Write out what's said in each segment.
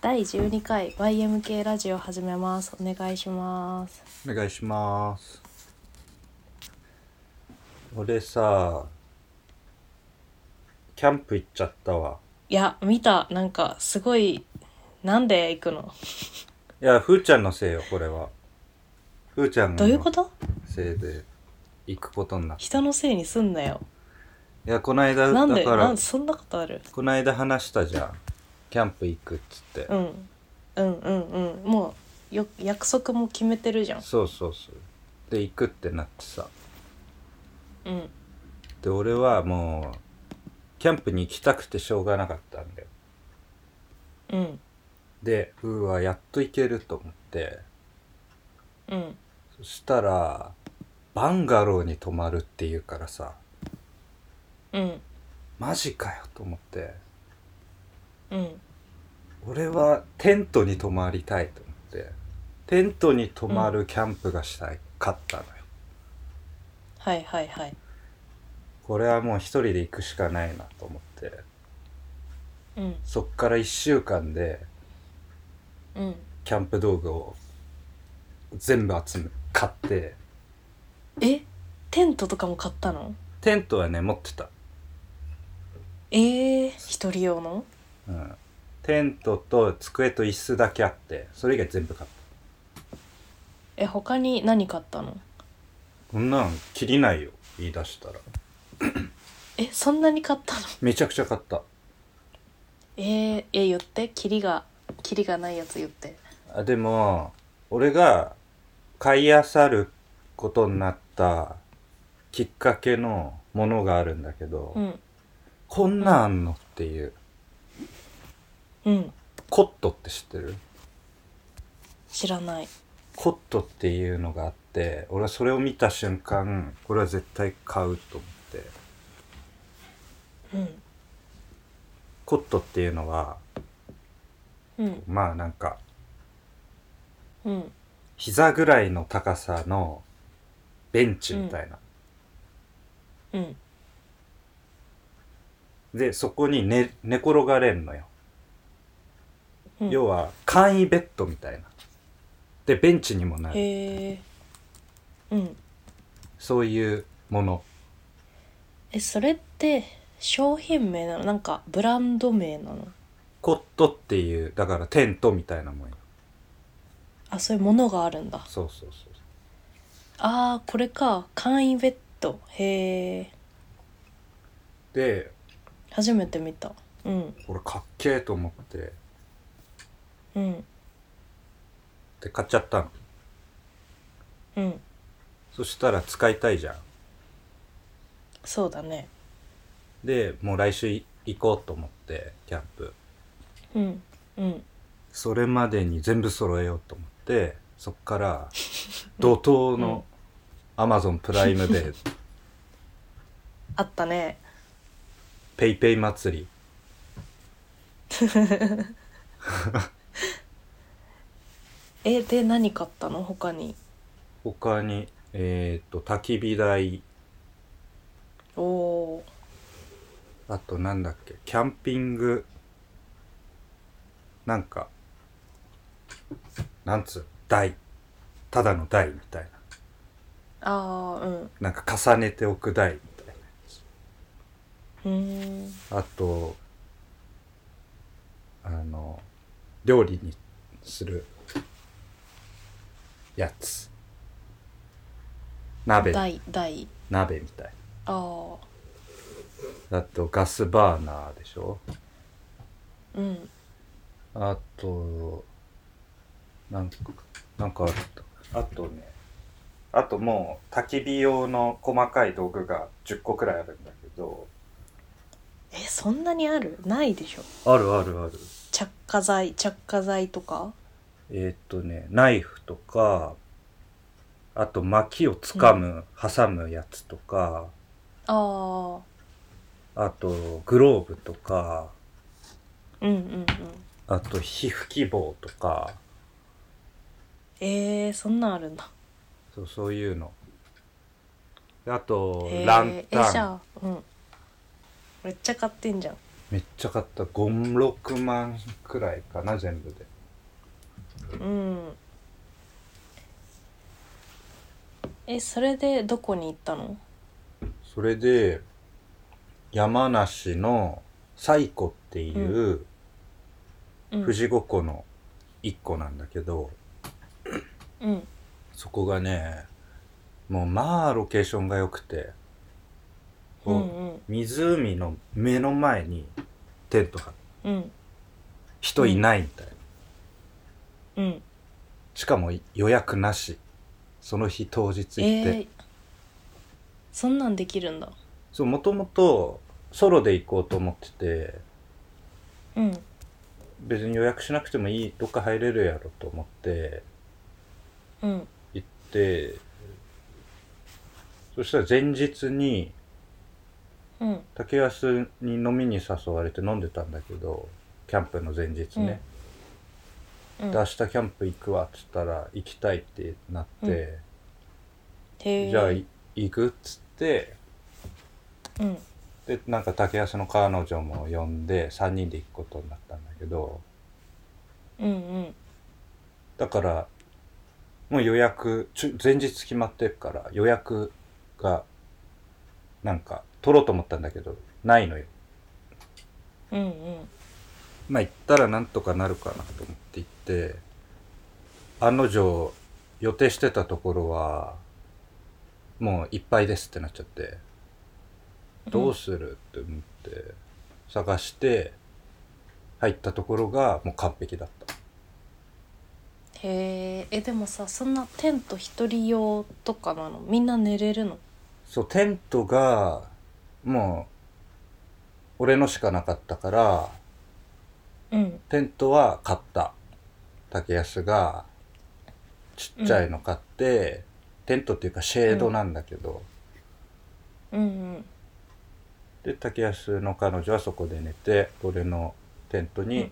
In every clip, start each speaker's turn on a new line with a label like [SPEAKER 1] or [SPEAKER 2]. [SPEAKER 1] 第12回 YMK ラジオ始めますお願いします
[SPEAKER 2] お願いします俺さキャンプ行っちゃったわ
[SPEAKER 1] いや見たなんかすごいなんで行くの
[SPEAKER 2] いやふーちゃんのせいよこれはふーちゃん
[SPEAKER 1] ど
[SPEAKER 2] の
[SPEAKER 1] ういうこと
[SPEAKER 2] せいで行くことになった
[SPEAKER 1] 人のせいにすんなよ
[SPEAKER 2] いやこの間
[SPEAKER 1] なんで
[SPEAKER 2] だか
[SPEAKER 1] な
[SPEAKER 2] ら
[SPEAKER 1] んそんなことある
[SPEAKER 2] この間話したじゃんキャンプ行くっつって、
[SPEAKER 1] うんうんうんうんもうよ約束も決めてるじゃん
[SPEAKER 2] そうそうそうで行くってなってさ
[SPEAKER 1] うん
[SPEAKER 2] で俺はもうキャンプに行きたくてしょうがなかったんだよ
[SPEAKER 1] うん
[SPEAKER 2] でうわやっと行けると思って
[SPEAKER 1] うん
[SPEAKER 2] そしたらバンガローに泊まるっていうからさ
[SPEAKER 1] うん
[SPEAKER 2] マジかよと思って
[SPEAKER 1] うん
[SPEAKER 2] 俺はテントに泊まりたいと思ってテントに泊まるキャンプがしたいかったのよ、
[SPEAKER 1] はいはいはい
[SPEAKER 2] これはもう一人で行くしかないなと思って
[SPEAKER 1] うん
[SPEAKER 2] そっから1週間で
[SPEAKER 1] うん
[SPEAKER 2] キャンプ道具を全部集め買って
[SPEAKER 1] えテントとかも買ったの
[SPEAKER 2] テントはね持ってた、
[SPEAKER 1] えー、一人用の
[SPEAKER 2] うん、テントと机と椅子だけあってそれ以外全部買った
[SPEAKER 1] え他に何買ったの
[SPEAKER 2] こんなん切りないよ言い出したら
[SPEAKER 1] えそんなに買ったの
[SPEAKER 2] めちゃくちゃ買った
[SPEAKER 1] えー、え言ってキリがキリがないやつ言って
[SPEAKER 2] あでも俺が買い漁ることになったきっかけのものがあるんだけど、
[SPEAKER 1] うん
[SPEAKER 2] こんなんあんのっていう
[SPEAKER 1] うん
[SPEAKER 2] コットって知ってる
[SPEAKER 1] 知らない
[SPEAKER 2] コットっていうのがあって俺はそれを見た瞬間これは絶対買うと思って
[SPEAKER 1] うん
[SPEAKER 2] コットっていうのは
[SPEAKER 1] うん
[SPEAKER 2] まあなんか
[SPEAKER 1] うん
[SPEAKER 2] 膝ぐらいの高さのベンチみたいな、
[SPEAKER 1] うん
[SPEAKER 2] でそこに寝寝転がれんのよ
[SPEAKER 1] うん
[SPEAKER 2] 要は簡易ベッドみたいなでベンチにもなる
[SPEAKER 1] へえうん
[SPEAKER 2] そういうもの
[SPEAKER 1] えそれって商品名なのなんかブランド名なの
[SPEAKER 2] コットっていうだからテントみたいなもんよ
[SPEAKER 1] あそういうものがあるんだ
[SPEAKER 2] そうそうそう
[SPEAKER 1] あーこれか簡易ベッドへえ
[SPEAKER 2] で
[SPEAKER 1] 初めて見たうん
[SPEAKER 2] 俺かっけえと思って
[SPEAKER 1] うん
[SPEAKER 2] で買っちゃったの
[SPEAKER 1] うん
[SPEAKER 2] そしたら使いたいじゃん
[SPEAKER 1] そうだね
[SPEAKER 2] でもう来週い行こうと思ってキャンプ
[SPEAKER 1] うんうん
[SPEAKER 2] それまでに全部揃えようと思ってそっ から怒涛のアマゾンプライムで
[SPEAKER 1] あったね
[SPEAKER 2] ペイペイ祭り
[SPEAKER 1] えで何買ったの他に
[SPEAKER 2] 他にえっ、と焚き火台
[SPEAKER 1] おお
[SPEAKER 2] あとなんだっけキャンピングなんかなんつう台ただの台みたいな
[SPEAKER 1] ーああうん
[SPEAKER 2] なんか重ねておく台みたいなや
[SPEAKER 1] うーん
[SPEAKER 2] つあとあの料理にするやつ鍋
[SPEAKER 1] 大大
[SPEAKER 2] 鍋みたい
[SPEAKER 1] あ
[SPEAKER 2] なあとガスバーナーでしょ
[SPEAKER 1] あうん
[SPEAKER 2] あと、なんか、なんかあった。あとね、あともう、焚き火用の細かい道具が10個くらいあるんだけど。
[SPEAKER 1] えそんなにあるないでしょ
[SPEAKER 2] あるあるある。
[SPEAKER 1] 着火剤着火剤とか
[SPEAKER 2] えーっとね、ナイフとか、あと薪をつかむ、挟むやつとか、
[SPEAKER 1] ああ
[SPEAKER 2] あとグローブとか、
[SPEAKER 1] うんうんうん
[SPEAKER 2] あと火吹き棒とか、
[SPEAKER 1] えー、そんなんあるんだ
[SPEAKER 2] そうそういうの。あと
[SPEAKER 1] へ、ー
[SPEAKER 2] ラン
[SPEAKER 1] えじ
[SPEAKER 2] タ
[SPEAKER 1] ゃ
[SPEAKER 2] ン。
[SPEAKER 1] あうんめっちゃ買ってんじゃん
[SPEAKER 2] めっちゃ買った56万くらいかな全部で
[SPEAKER 1] うんえそれでどこに行ったの
[SPEAKER 2] それで山梨の西湖っていう
[SPEAKER 1] うん
[SPEAKER 2] 富士五湖の一個なんだけど、
[SPEAKER 1] うん
[SPEAKER 2] そこがねもうまあロケーションが良くて、
[SPEAKER 1] う
[SPEAKER 2] こうん
[SPEAKER 1] うん
[SPEAKER 2] 湖の目の前にテント張って
[SPEAKER 1] うん
[SPEAKER 2] 人いないみたいな、
[SPEAKER 1] うん
[SPEAKER 2] しかも予約なしその日当日行っ
[SPEAKER 1] え
[SPEAKER 2] て、
[SPEAKER 1] ー、そんなんできるんだ
[SPEAKER 2] そうもともとソロで行こうと思ってて
[SPEAKER 1] うん
[SPEAKER 2] 別に予約しなくてもいいどっか入れるやろと思って
[SPEAKER 1] うん
[SPEAKER 2] 行ってそしたら前日に
[SPEAKER 1] うん
[SPEAKER 2] 竹安に飲みに誘われて飲んでたんだけどキャンプの前日ね、
[SPEAKER 1] うん
[SPEAKER 2] で明日キャンプ行くわっつったら行きたいってなって、
[SPEAKER 1] へえ
[SPEAKER 2] じゃあい行くっつって
[SPEAKER 1] うん
[SPEAKER 2] でなんか竹安の彼女も呼んで3人で行くことになったんだけど
[SPEAKER 1] うんうん
[SPEAKER 2] だからもう予約ちゅ前日決まってるから予約がなんか取ろうと思ったんだけどないのよ
[SPEAKER 1] うんうん
[SPEAKER 2] まあ行ったらなんとかなるかなと思って行って案の定予定してたところはもういっぱいですってなっちゃってどうするって思って探して入ったところがもう完璧だった
[SPEAKER 1] へーえでもさそんなテント一人用とかなのみんな寝れるの
[SPEAKER 2] そうテントがもう俺のしかなかったから
[SPEAKER 1] うん
[SPEAKER 2] テントは買った竹安がちっちゃいの買って、テントっていうかシェードなんだけど、
[SPEAKER 1] うんうん
[SPEAKER 2] で竹安の彼女はそこで寝て俺のテント
[SPEAKER 1] う
[SPEAKER 2] に
[SPEAKER 1] ん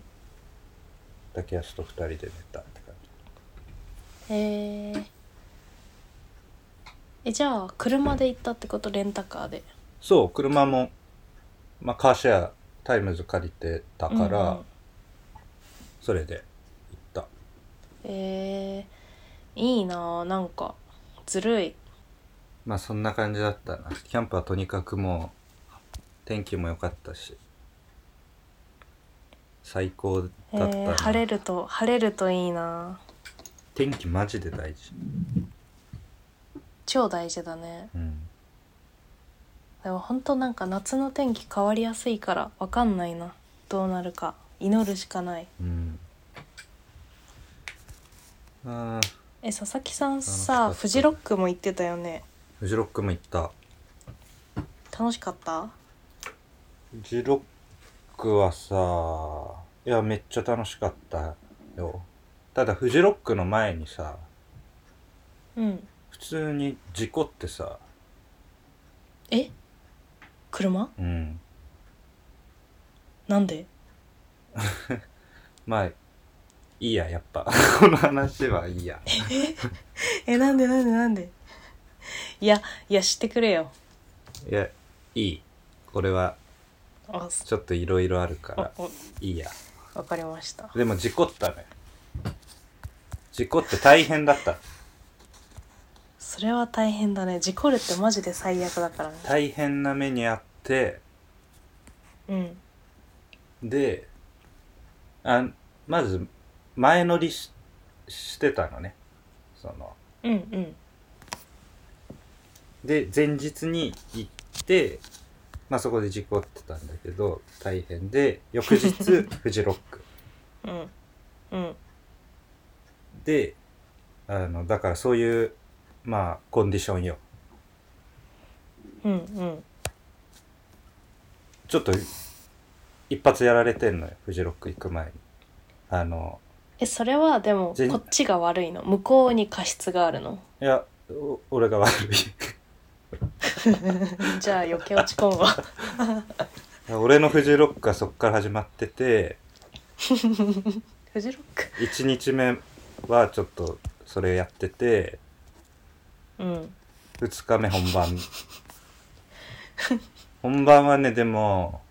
[SPEAKER 2] 竹安と二人で寝たって感じ
[SPEAKER 1] へーえじゃあ車で行ったってことレンタカーで
[SPEAKER 2] そう車も、まあ、カーシェアタイムズ借りてたから、
[SPEAKER 1] うんうん
[SPEAKER 2] それで行った
[SPEAKER 1] えー、いいなあなんかずるい
[SPEAKER 2] まあそんな感じだったな。キャンプはとにかくもう天気も良かったし、最高だっ
[SPEAKER 1] え
[SPEAKER 2] たな、
[SPEAKER 1] ー晴れると晴れるといいなあ
[SPEAKER 2] 天気マジで大事。
[SPEAKER 1] 超大事だね
[SPEAKER 2] うん。
[SPEAKER 1] でも本当なんか夏の天気変わりやすいからわかんないなどうなるか祈るしかない
[SPEAKER 2] うん。あー
[SPEAKER 1] え佐々木さん
[SPEAKER 2] 楽しか
[SPEAKER 1] さ
[SPEAKER 2] った
[SPEAKER 1] フジロックも行ってたよね
[SPEAKER 2] フジロックも行った。
[SPEAKER 1] 楽しかった
[SPEAKER 2] フジロックはさ、いや、めっちゃ楽しかったよ。ただフジロックの前にさ、
[SPEAKER 1] うん
[SPEAKER 2] 普通に事故ってさ、
[SPEAKER 1] え車
[SPEAKER 2] うん。
[SPEAKER 1] なんで
[SPEAKER 2] まあ、いいや、やっぱ。 この話はいいや。
[SPEAKER 1] えなんでなんでなんでいやいやしてくれよ
[SPEAKER 2] いや、いい。これは、
[SPEAKER 1] あす
[SPEAKER 2] ちょっといろいろあるから、
[SPEAKER 1] おお
[SPEAKER 2] いいや。
[SPEAKER 1] わかりました
[SPEAKER 2] でも、事故ったね。事故って大変だった。
[SPEAKER 1] それは大変だね事故るってマジで最悪だからね
[SPEAKER 2] 大変な目にあって、
[SPEAKER 1] うん
[SPEAKER 2] で、あまず、前乗りししてたのね。その、
[SPEAKER 1] うんうん
[SPEAKER 2] で、前日に行って、まあそこで事故ってたんだけど、大変で、翌日、フジロック。
[SPEAKER 1] うんうん
[SPEAKER 2] で、あの、だからそういう、まあ、コンディションよ。
[SPEAKER 1] うんうん
[SPEAKER 2] ちょっと一発やられてんのよフジロック行く前にあの
[SPEAKER 1] えそれはでも
[SPEAKER 2] 全
[SPEAKER 1] こっちが悪いの向こうに過失がある の
[SPEAKER 2] いやお俺が悪
[SPEAKER 1] じゃあ余計落ち込むわ
[SPEAKER 2] い 俺のフジロックがそっから始まってて
[SPEAKER 1] フジロック
[SPEAKER 2] 1日目はちょっとそれやってて
[SPEAKER 1] うん
[SPEAKER 2] 2日目本番本番はねでも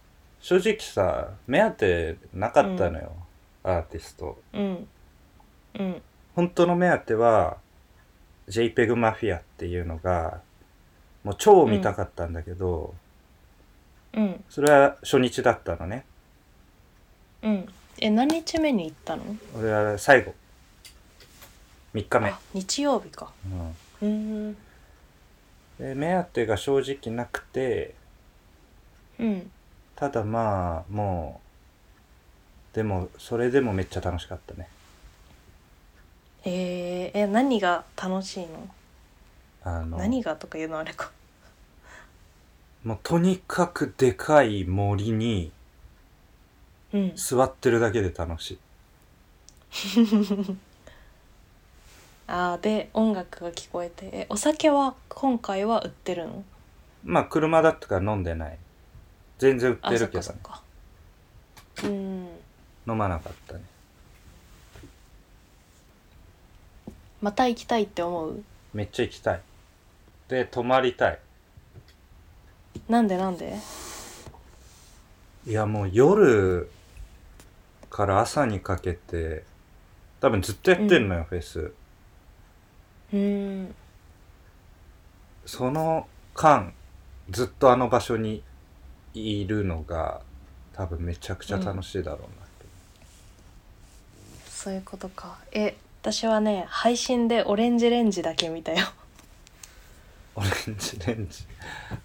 [SPEAKER 2] 正直さ目当てなかったのよ、アーティスト
[SPEAKER 1] うんうん
[SPEAKER 2] 本当の目当ては JPEG マフィアっていうのがもう超見たかったんだけど、
[SPEAKER 1] うん
[SPEAKER 2] それは初日だったのね
[SPEAKER 1] うんえ何日目に行ったの
[SPEAKER 2] 俺は最後3日目、
[SPEAKER 1] あ日曜日か
[SPEAKER 2] うん
[SPEAKER 1] うーん
[SPEAKER 2] で目当てが正直なくて
[SPEAKER 1] うん
[SPEAKER 2] ただまあもうでもそれでもめっちゃ楽しかったね
[SPEAKER 1] えー、え何が楽しいの
[SPEAKER 2] あの
[SPEAKER 1] 何がとか言うのあれか
[SPEAKER 2] もうとにかくでかい森に
[SPEAKER 1] うん
[SPEAKER 2] 座ってるだけで楽しい
[SPEAKER 1] あーで音楽が聞こえてえお酒は今回は売ってるの
[SPEAKER 2] まあ車だったから飲んでない全然売って
[SPEAKER 1] あそ
[SPEAKER 2] る
[SPEAKER 1] っ
[SPEAKER 2] け
[SPEAKER 1] か
[SPEAKER 2] ど
[SPEAKER 1] そっ
[SPEAKER 2] ね
[SPEAKER 1] かうん
[SPEAKER 2] 飲まなかったね
[SPEAKER 1] また行きたいって思う
[SPEAKER 2] めっちゃ行きたいで泊まりたい
[SPEAKER 1] なんでなんで
[SPEAKER 2] いやもう夜から朝にかけて多分ずっとやってんのよ、フェス
[SPEAKER 1] うーん
[SPEAKER 2] その間ずっとあの場所にいるのが多分めちゃくちゃ楽しいだろうな って、
[SPEAKER 1] そういうことかえ私はね配信でオレンジレンジだけ見たよ
[SPEAKER 2] オレンジレンジ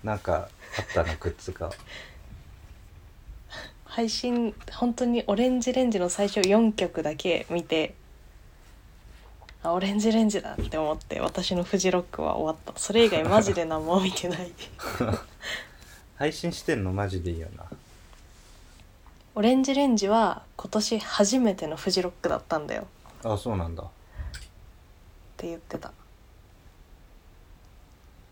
[SPEAKER 2] なんかあったのグッズが
[SPEAKER 1] 配信本当にオレンジレンジの最初4曲だけ見てあオレンジレンジだって思って私のフジロックは終わったそれ以外マジで何も見てない
[SPEAKER 2] 配信してんのマジでいいよな
[SPEAKER 1] オレンジレンジは今年初めてのフジロックだったんだよっ
[SPEAKER 2] あそうなんだ
[SPEAKER 1] て言ってた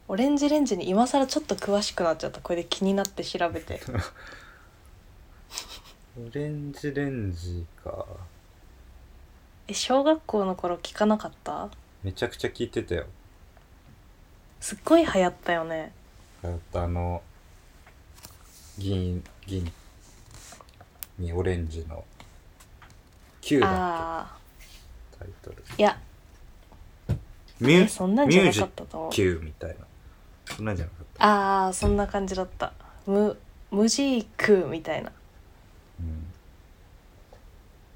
[SPEAKER 1] オレンジレンジに今更ちょっと詳しくなっちゃったこれで気になって調べ て
[SPEAKER 2] オレンジレンジか
[SPEAKER 1] え小学校の頃聞かなかった
[SPEAKER 2] めちゃくちゃ聞いてたよ
[SPEAKER 1] すっごい流行ったよね
[SPEAKER 2] あの銀銀にオレンジの9だっ
[SPEAKER 1] ああ
[SPEAKER 2] けタイトル
[SPEAKER 1] いや
[SPEAKER 2] ミ
[SPEAKER 1] え
[SPEAKER 2] ュ
[SPEAKER 1] そんなん
[SPEAKER 2] ミ
[SPEAKER 1] じゃ
[SPEAKER 2] ュー
[SPEAKER 1] な
[SPEAKER 2] ジ
[SPEAKER 1] か
[SPEAKER 2] ッ
[SPEAKER 1] ったと思う
[SPEAKER 2] キューみたいなそんなんじゃなかった、
[SPEAKER 1] ああそんな感じだったむ無ジークみたいな
[SPEAKER 2] うん、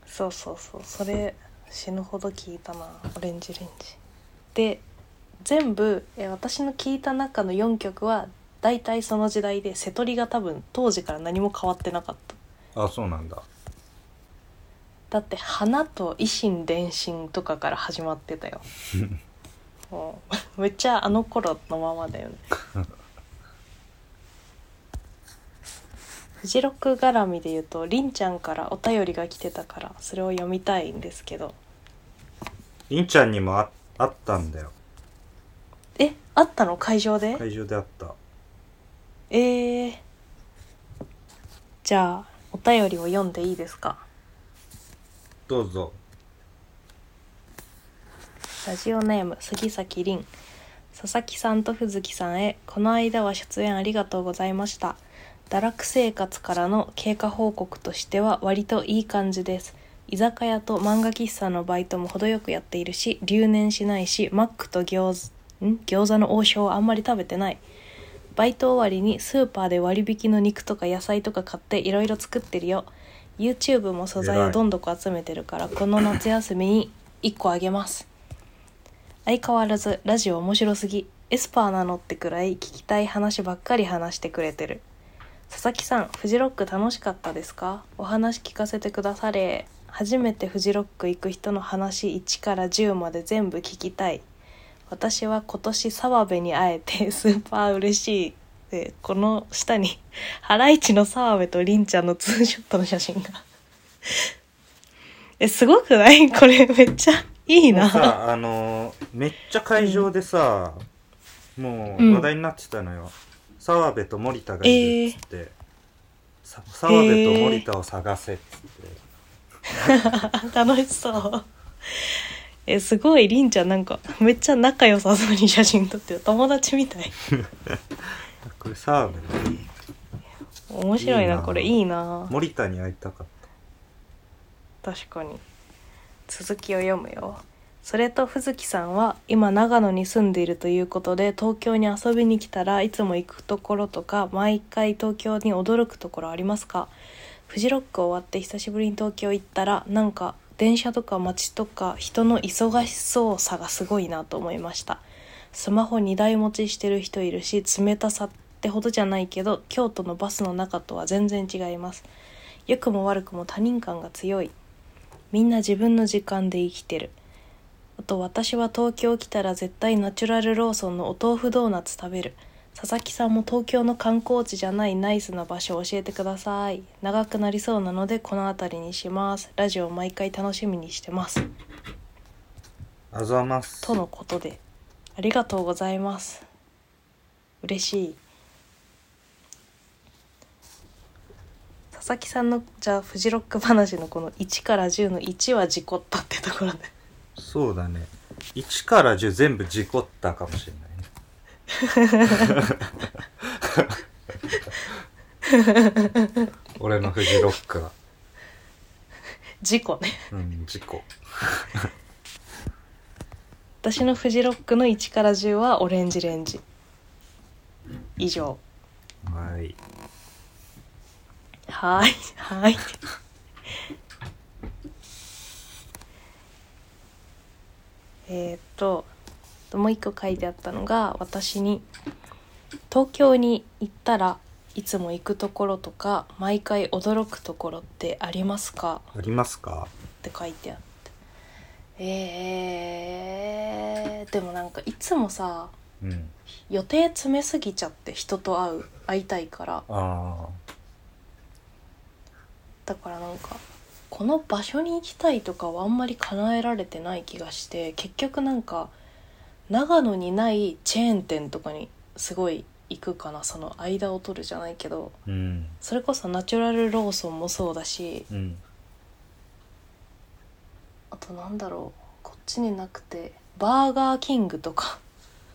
[SPEAKER 1] そうそうそうそれ死ぬほど聞いたなオレンジレンジで全部え私の聞いた中の4曲はだいたいその時代で瀬戸りが多分当時から何も変わってなかった
[SPEAKER 2] あそうなんだ
[SPEAKER 1] だって「花」と「維新伝心」とかから始まってたよもうめっちゃあの頃のままだよねフジロック絡みで言うとりんちゃんからお便りが来てたからそれを読みたいんですけど
[SPEAKER 2] りんちゃんにもああったんだよ
[SPEAKER 1] えあったの会場で、
[SPEAKER 2] 会場であった
[SPEAKER 1] えー、じゃあお便りを読んでいいですか
[SPEAKER 2] どうぞ
[SPEAKER 1] ラジオネーム杉崎凛佐々木さんと藤木さんへこの間は出演ありがとうございました堕落生活からの経過報告としては割といい感じです居酒屋と漫画喫茶のバイトも程よくやっているし留年しないしマックと餃子ん餃子の王将はあんまり食べてないバイト終わりにスーパーで割引の肉とか野菜とか買っていろいろ作ってるよ YouTube も素材をどんどこ集めてるからこの夏休みに1個あげます相変わらずラジオ面白すぎエスパーなのってくらい聞きたい話ばっかり話してくれてる佐々木さんフジロック楽しかったですかお話聞かせてくだされ初めてフジロック行く人の話1から10まで全部聞きたい私は今年澤部に会えて スーパー嬉しいでこの下にハライチの澤部とりんちゃんのツーショットの写真がえすごくないこれめっちゃいい
[SPEAKER 2] もう
[SPEAKER 1] な
[SPEAKER 2] さあのーめっちゃ会場でさ、も
[SPEAKER 1] う
[SPEAKER 2] うん話題になってたのよ澤部と森田がいるっつって、さ澤部と森田を探せっつって、
[SPEAKER 1] 楽しそうえすごいりんちゃんなんかめっちゃ仲良さそうに写真撮ってる友達みたい
[SPEAKER 2] これ澤部
[SPEAKER 1] 面白いない
[SPEAKER 2] いな
[SPEAKER 1] これいいな
[SPEAKER 2] 森田に会いたかっ
[SPEAKER 1] 確かに続きを読むよそれとふずきさんは今長野に住んでいるということで東京に遊びに来たらいつも行くところとか毎回東京に驚くところありますかフジロック終わって久しぶりに東京行ったらなんか電車とか街とか人の忙しそうさがすごいなと思いましたスマホ2台持ちしてる人いるし冷たさってほどじゃないけど京都のバスの中とは全然違います良くも悪くも他人感が強いみんな自分の時間で生きてるあと私は東京来たら絶対ナチュラルローソンのお豆腐ドーナツ食べる佐々木さんも東京の観光地じゃないナイスな場所を教えてください長くなりそうなのでこの辺りにしますラジオ毎回楽しみにしてます
[SPEAKER 2] たあざます
[SPEAKER 1] とのことでありがとうございます嬉しい佐々木さんのじゃあフジロック話のこの1から10の1は事故ったってところで
[SPEAKER 2] そうだね1から10全部事故ったかもしれないね俺のフジロックは
[SPEAKER 1] 事故ね
[SPEAKER 2] うん事故
[SPEAKER 1] 私のフジロックの1から10はオレンジレンジ以上
[SPEAKER 2] はい
[SPEAKER 1] はーいはーいえーっともう一個書いてあったのが私に「東京に行ったらいつも行くところとか毎回驚くところってありますか?」
[SPEAKER 2] ありますか
[SPEAKER 1] って書いてあってえー、でもなんかいつもさ
[SPEAKER 2] うん
[SPEAKER 1] 予定詰めすぎちゃって人と会う会いたいから
[SPEAKER 2] あ
[SPEAKER 1] だからなんかこの場所に行きたいとかはあんまり叶えられてない気がして結局なんか長野にないチェーン店とかにすごい行くかなその間を取るじゃないけど
[SPEAKER 2] あうん
[SPEAKER 1] それこそナチュラルローソンもそうだし
[SPEAKER 2] うん
[SPEAKER 1] あとなんだろうこっちになくてバーガーキングとか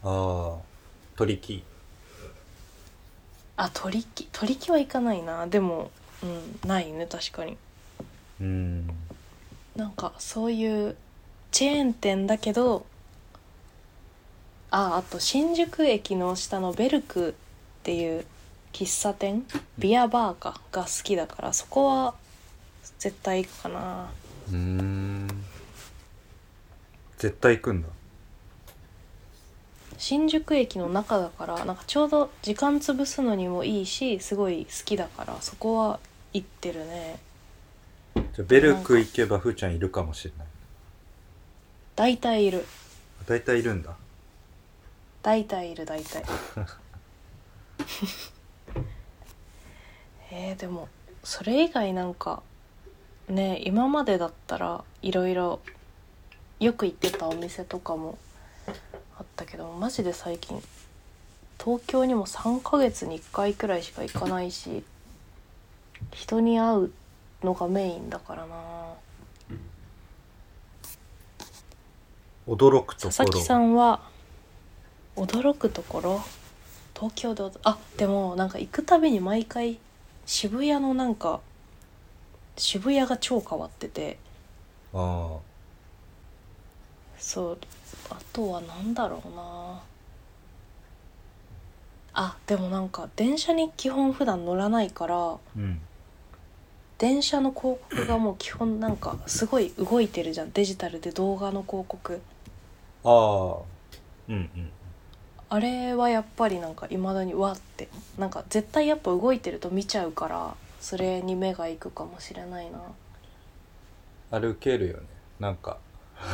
[SPEAKER 2] ああ取り木
[SPEAKER 1] あ鳥木鳥木は行かないなでもうんないね確かに
[SPEAKER 2] うん
[SPEAKER 1] なんかそういうチェーン店だけどああと新宿駅の下のベルクっていう喫茶店ビアバーかが好きだからそこは絶対行くかな
[SPEAKER 2] うーん絶対行くんだ
[SPEAKER 1] 新宿駅の中だからなんかちょうど時間潰すのにもいいしすごい好きだからそこは行ってるね
[SPEAKER 2] じゃあベルク行けばふーちゃんいるかもしれない
[SPEAKER 1] 大体いる
[SPEAKER 2] 大体いるんだ
[SPEAKER 1] 大体いる大体 えー、でもそれ以外なんかね今までだったらいろいろよく行ってたお店とかもあったけどマジで最近東京にも3ヶ月に1回くらいしか行かないし人に会うのがメインだからな
[SPEAKER 2] 驚くところ
[SPEAKER 1] 佐々木さんは驚くところ東京で驚あでもなんか行くたびに毎回渋谷のなんか渋谷が超変わってて
[SPEAKER 2] ああ
[SPEAKER 1] そうあとは何だろうなあでもなんか電車に基本普段乗らないから
[SPEAKER 2] うん
[SPEAKER 1] 電車の広告がもう基本なんかすごい動いてるじゃんデジタルで動画の広告
[SPEAKER 2] ああうんうん
[SPEAKER 1] あれはやっぱりなんかいまだにわってなんか絶対やっぱ動いてると見ちゃうからそれに目がいくかもしれないな
[SPEAKER 2] あれウケるよねなんか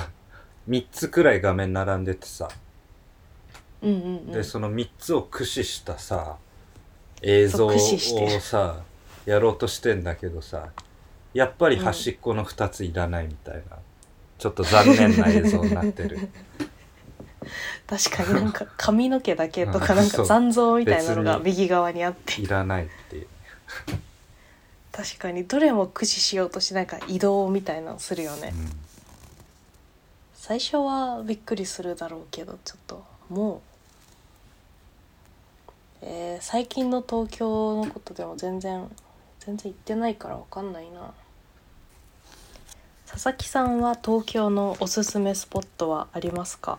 [SPEAKER 2] 3つくらい画面並んでてさ
[SPEAKER 1] うんうんうん
[SPEAKER 2] でその3つを駆使したさ映像を
[SPEAKER 1] 駆使して
[SPEAKER 2] さやろうとしてんだけどさやっぱり端っこの2ついらないみたいな、ちょっと残念な映像になってる
[SPEAKER 1] 確かになんか髪の毛だけとか
[SPEAKER 2] うん
[SPEAKER 1] なんか
[SPEAKER 2] そう
[SPEAKER 1] 残像みたいなのが
[SPEAKER 2] 別に
[SPEAKER 1] 右側にあって
[SPEAKER 2] いらないっていう
[SPEAKER 1] 確かにどれも駆使しようとしてなんか移動みたいなのするよね最初はびっくりするだろうけどちょっともうえー最近の東京のことでも全然全然行ってないからわかんないな佐々木さんは東京のおすすめスポットはありますか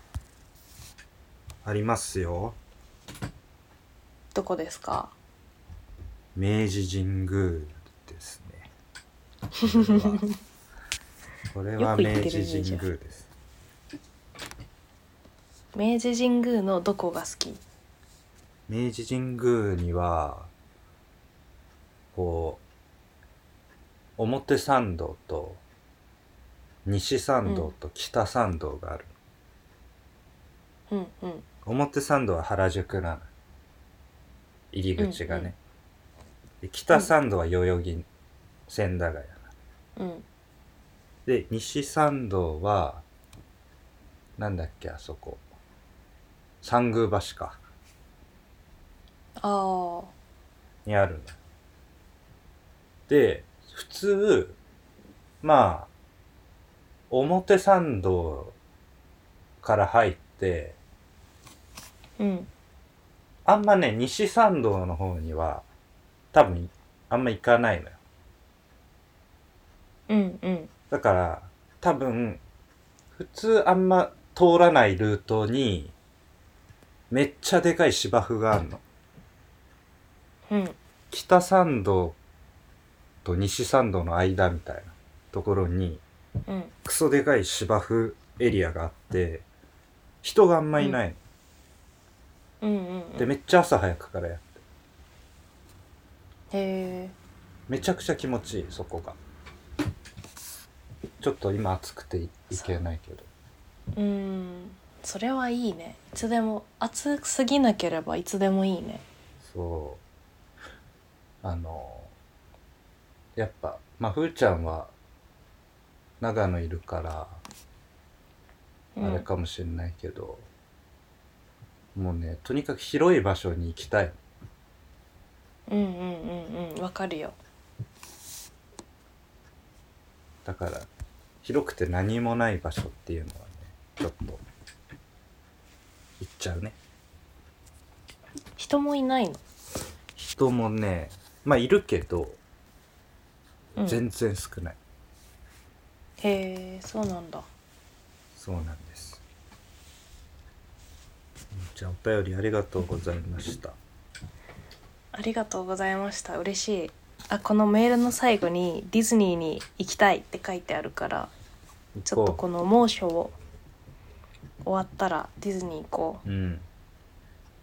[SPEAKER 2] ありますよ
[SPEAKER 1] どこですか
[SPEAKER 2] 明治神宮ですねこれはこれは
[SPEAKER 1] よく行
[SPEAKER 2] 明
[SPEAKER 1] ってるイメー
[SPEAKER 2] 治
[SPEAKER 1] ジ
[SPEAKER 2] 神宮です
[SPEAKER 1] 明治神宮のどこが好き
[SPEAKER 2] 明治神宮にはこう表参道と西参道と北参道がある、
[SPEAKER 1] うんうん
[SPEAKER 2] 表参道は原宿なの入り口がね、で北参道は代々木千駄ヶ谷
[SPEAKER 1] うん
[SPEAKER 2] で西参道はなんだっけあそこ三宮橋か
[SPEAKER 1] ああ
[SPEAKER 2] にあるんだ。で、普通、まあ、表参道から入って、
[SPEAKER 1] うん
[SPEAKER 2] あんまね、西参道の方には、多分、あんま行かないのよ。
[SPEAKER 1] うんうん
[SPEAKER 2] だから、多分、普通あんま通らないルートに、めっちゃでかい芝生があるの。
[SPEAKER 1] うん
[SPEAKER 2] 北参道と西参道の間みたいなところに、
[SPEAKER 1] うん
[SPEAKER 2] クソでかい芝生エリアがあって人があんまいない、
[SPEAKER 1] うんうんう
[SPEAKER 2] で
[SPEAKER 1] んへ
[SPEAKER 2] めっちゃ朝早くからやって
[SPEAKER 1] え
[SPEAKER 2] めちゃくちゃ気持ちいいそこがちょっと今暑くていいけないけど
[SPEAKER 1] うんそれはいいねいつでも暑すぎなければいつでもいいね
[SPEAKER 2] そうあのやっぱまあふーちゃんは長野いるから
[SPEAKER 1] うん
[SPEAKER 2] あれかもしれないけど、もうねとにかく広い場所に行きたい
[SPEAKER 1] うんうんうんうんわかるよ
[SPEAKER 2] だから広くて何もない場所っていうのはねちょっと行っちゃうね
[SPEAKER 1] 人もいないの、
[SPEAKER 2] 人もねまあいるけど
[SPEAKER 1] うん、へ
[SPEAKER 2] 全然少ない、
[SPEAKER 1] えそうなんだ
[SPEAKER 2] そうなんですじゃあお便りありがとうございました
[SPEAKER 1] ありがとうございました嬉しいあこのメールの最後にディズニーに行きたいって書いてあるからちょっとこの猛暑を終わったらディズニー行こ
[SPEAKER 2] ううん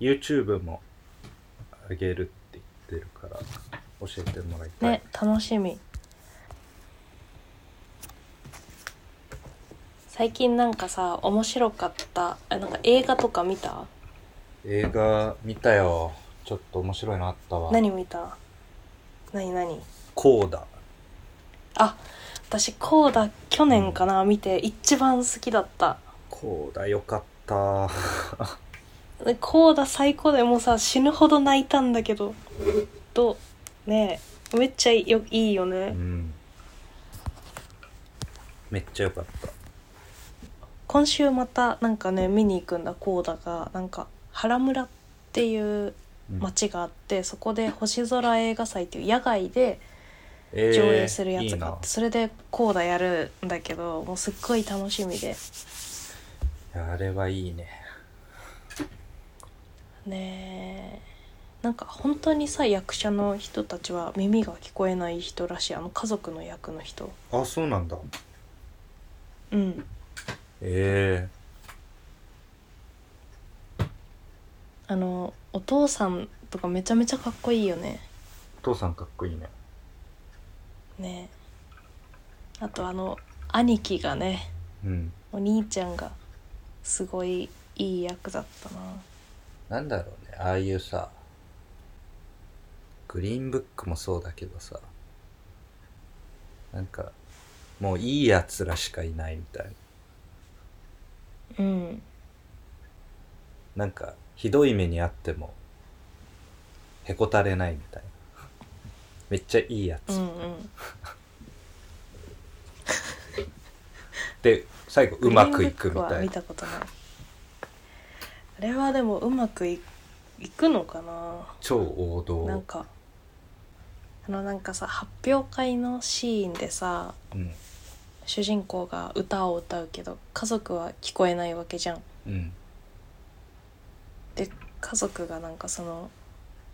[SPEAKER 2] YouTube もあげるって言ってるから教えてもらいうたい、
[SPEAKER 1] ね楽しみ最近なんかさ面白かったあなんか映画とか見た
[SPEAKER 2] 映画見たよちょっと面白いのあったわ
[SPEAKER 1] 何見た何何
[SPEAKER 2] こうだ
[SPEAKER 1] あ私コーダ去年かな見て一番好きだった
[SPEAKER 2] こうだよかった
[SPEAKER 1] でコーダ最高でもうさ死ぬほど泣いたんだけどどうねえめっちゃよいいよ
[SPEAKER 2] う
[SPEAKER 1] ね
[SPEAKER 2] んめっちゃ良かった
[SPEAKER 1] 今週またなんかね見に行くんだコーダがなんか原村っていう
[SPEAKER 2] うん
[SPEAKER 1] 町があってそこで星空映画祭っていう野外で
[SPEAKER 2] えー
[SPEAKER 1] 上映するやつがあ
[SPEAKER 2] いい
[SPEAKER 1] って、それでコーダやるんだけどもうすっごい楽しみで
[SPEAKER 2] ないやあれはいいね
[SPEAKER 1] ねえなんか本当にさ役者の人たちは耳が聞こえない人らしいあの家族の役の人
[SPEAKER 2] あそうなんだ
[SPEAKER 1] うん
[SPEAKER 2] え
[SPEAKER 1] あのお父さんとかめちゃめちゃかっこいいよね
[SPEAKER 2] えお父さんかっこいいね
[SPEAKER 1] ねえあとあの兄貴がね
[SPEAKER 2] うん
[SPEAKER 1] お兄ちゃんがすごいいい役だったな
[SPEAKER 2] なんだろうねああいうさグリーンブックもそうだけどさなんかもういいやつらしかいないみたいな
[SPEAKER 1] うん
[SPEAKER 2] なんかひどい目にあってもへこたれないみたいなめっちゃいいや
[SPEAKER 1] う
[SPEAKER 2] つ、
[SPEAKER 1] んうん
[SPEAKER 2] で最後うまくいく
[SPEAKER 1] グリーン
[SPEAKER 2] み
[SPEAKER 1] ブック
[SPEAKER 2] た
[SPEAKER 1] はい見
[SPEAKER 2] な
[SPEAKER 1] たことないあれはでもうまくい行くのかな
[SPEAKER 3] 超王道
[SPEAKER 1] なんかあのなんかさ発表会のシーンでさ
[SPEAKER 2] うん
[SPEAKER 1] 主人公が歌を歌うけど家族は聞こえないわけじゃん
[SPEAKER 3] うん
[SPEAKER 1] で家族がなんかその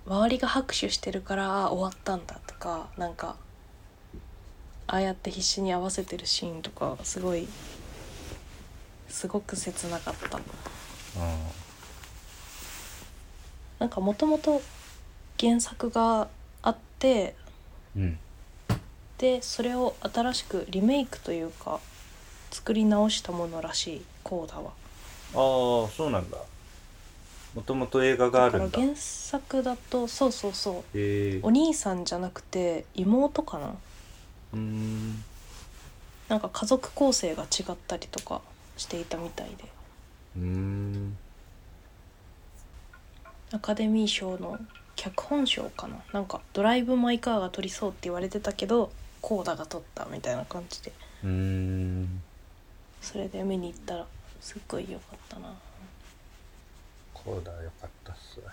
[SPEAKER 1] 周りが拍手してるからあ終わったんだとかなんかああやって必死に合わせてるシーンとかすごいすごく切なかった
[SPEAKER 2] あ
[SPEAKER 1] なんかもともと原作があって
[SPEAKER 3] うん
[SPEAKER 1] でそれを新しくリメイクというか作り直したものらしいコーダは
[SPEAKER 2] あーそうなんだもともと映画があ
[SPEAKER 1] だか
[SPEAKER 2] る
[SPEAKER 1] ら
[SPEAKER 2] んだ
[SPEAKER 1] 原作だとそうそうそう
[SPEAKER 3] えー
[SPEAKER 1] お兄さんじゃなくて妹かな
[SPEAKER 3] うーん
[SPEAKER 1] なんか家族構成が違ったりとかしていたみたいで
[SPEAKER 3] うーん
[SPEAKER 1] アカデミー賞の脚本賞かななんか「ドライブ・マイ・カー」が取りそうって言われてたけどコーダが取ったみたいな感じで
[SPEAKER 3] うーん
[SPEAKER 1] それで見に行ったらすっごい良かったな
[SPEAKER 2] こうだよかったっすね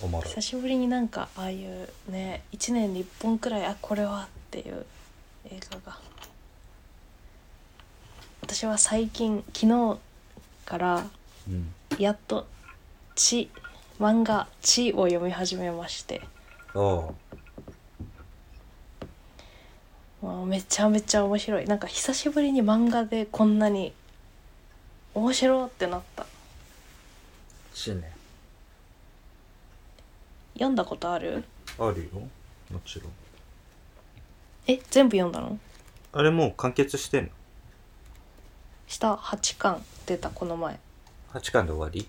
[SPEAKER 2] おもろい
[SPEAKER 1] 久しぶりになんかああいうね1年に1本くらいあこれはっていう映画が私は最近昨日から
[SPEAKER 3] うん
[SPEAKER 1] やっと「地」漫画「地」を読み始めまして
[SPEAKER 2] おう
[SPEAKER 1] もうめちゃめちゃ面白いなんか久しぶりに漫画でこんなに面白ってなった
[SPEAKER 2] 死ね
[SPEAKER 1] 読んだことある
[SPEAKER 2] あるよ
[SPEAKER 3] もちろん
[SPEAKER 1] え全部読んだの
[SPEAKER 2] あれもう完結してんの
[SPEAKER 1] 下8巻出たこの前
[SPEAKER 2] 8巻で終わり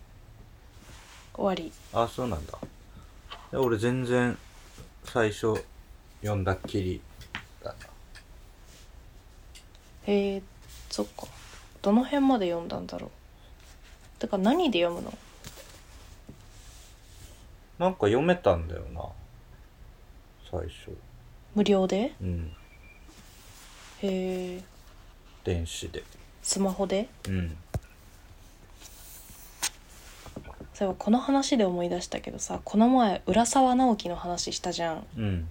[SPEAKER 1] 終わり
[SPEAKER 2] あそうなんだいや俺全然最初読んだっきりだな
[SPEAKER 1] へえそっかどの辺まで読んだんだろうてか何で読むの
[SPEAKER 2] なんか読めたんだよな最初
[SPEAKER 1] 無料で
[SPEAKER 2] うん
[SPEAKER 1] へえ
[SPEAKER 2] 電子で
[SPEAKER 1] スマホで
[SPEAKER 2] うん
[SPEAKER 1] そういえばこの話で思い出したけどさこの前浦沢直樹の話したじゃん
[SPEAKER 2] うん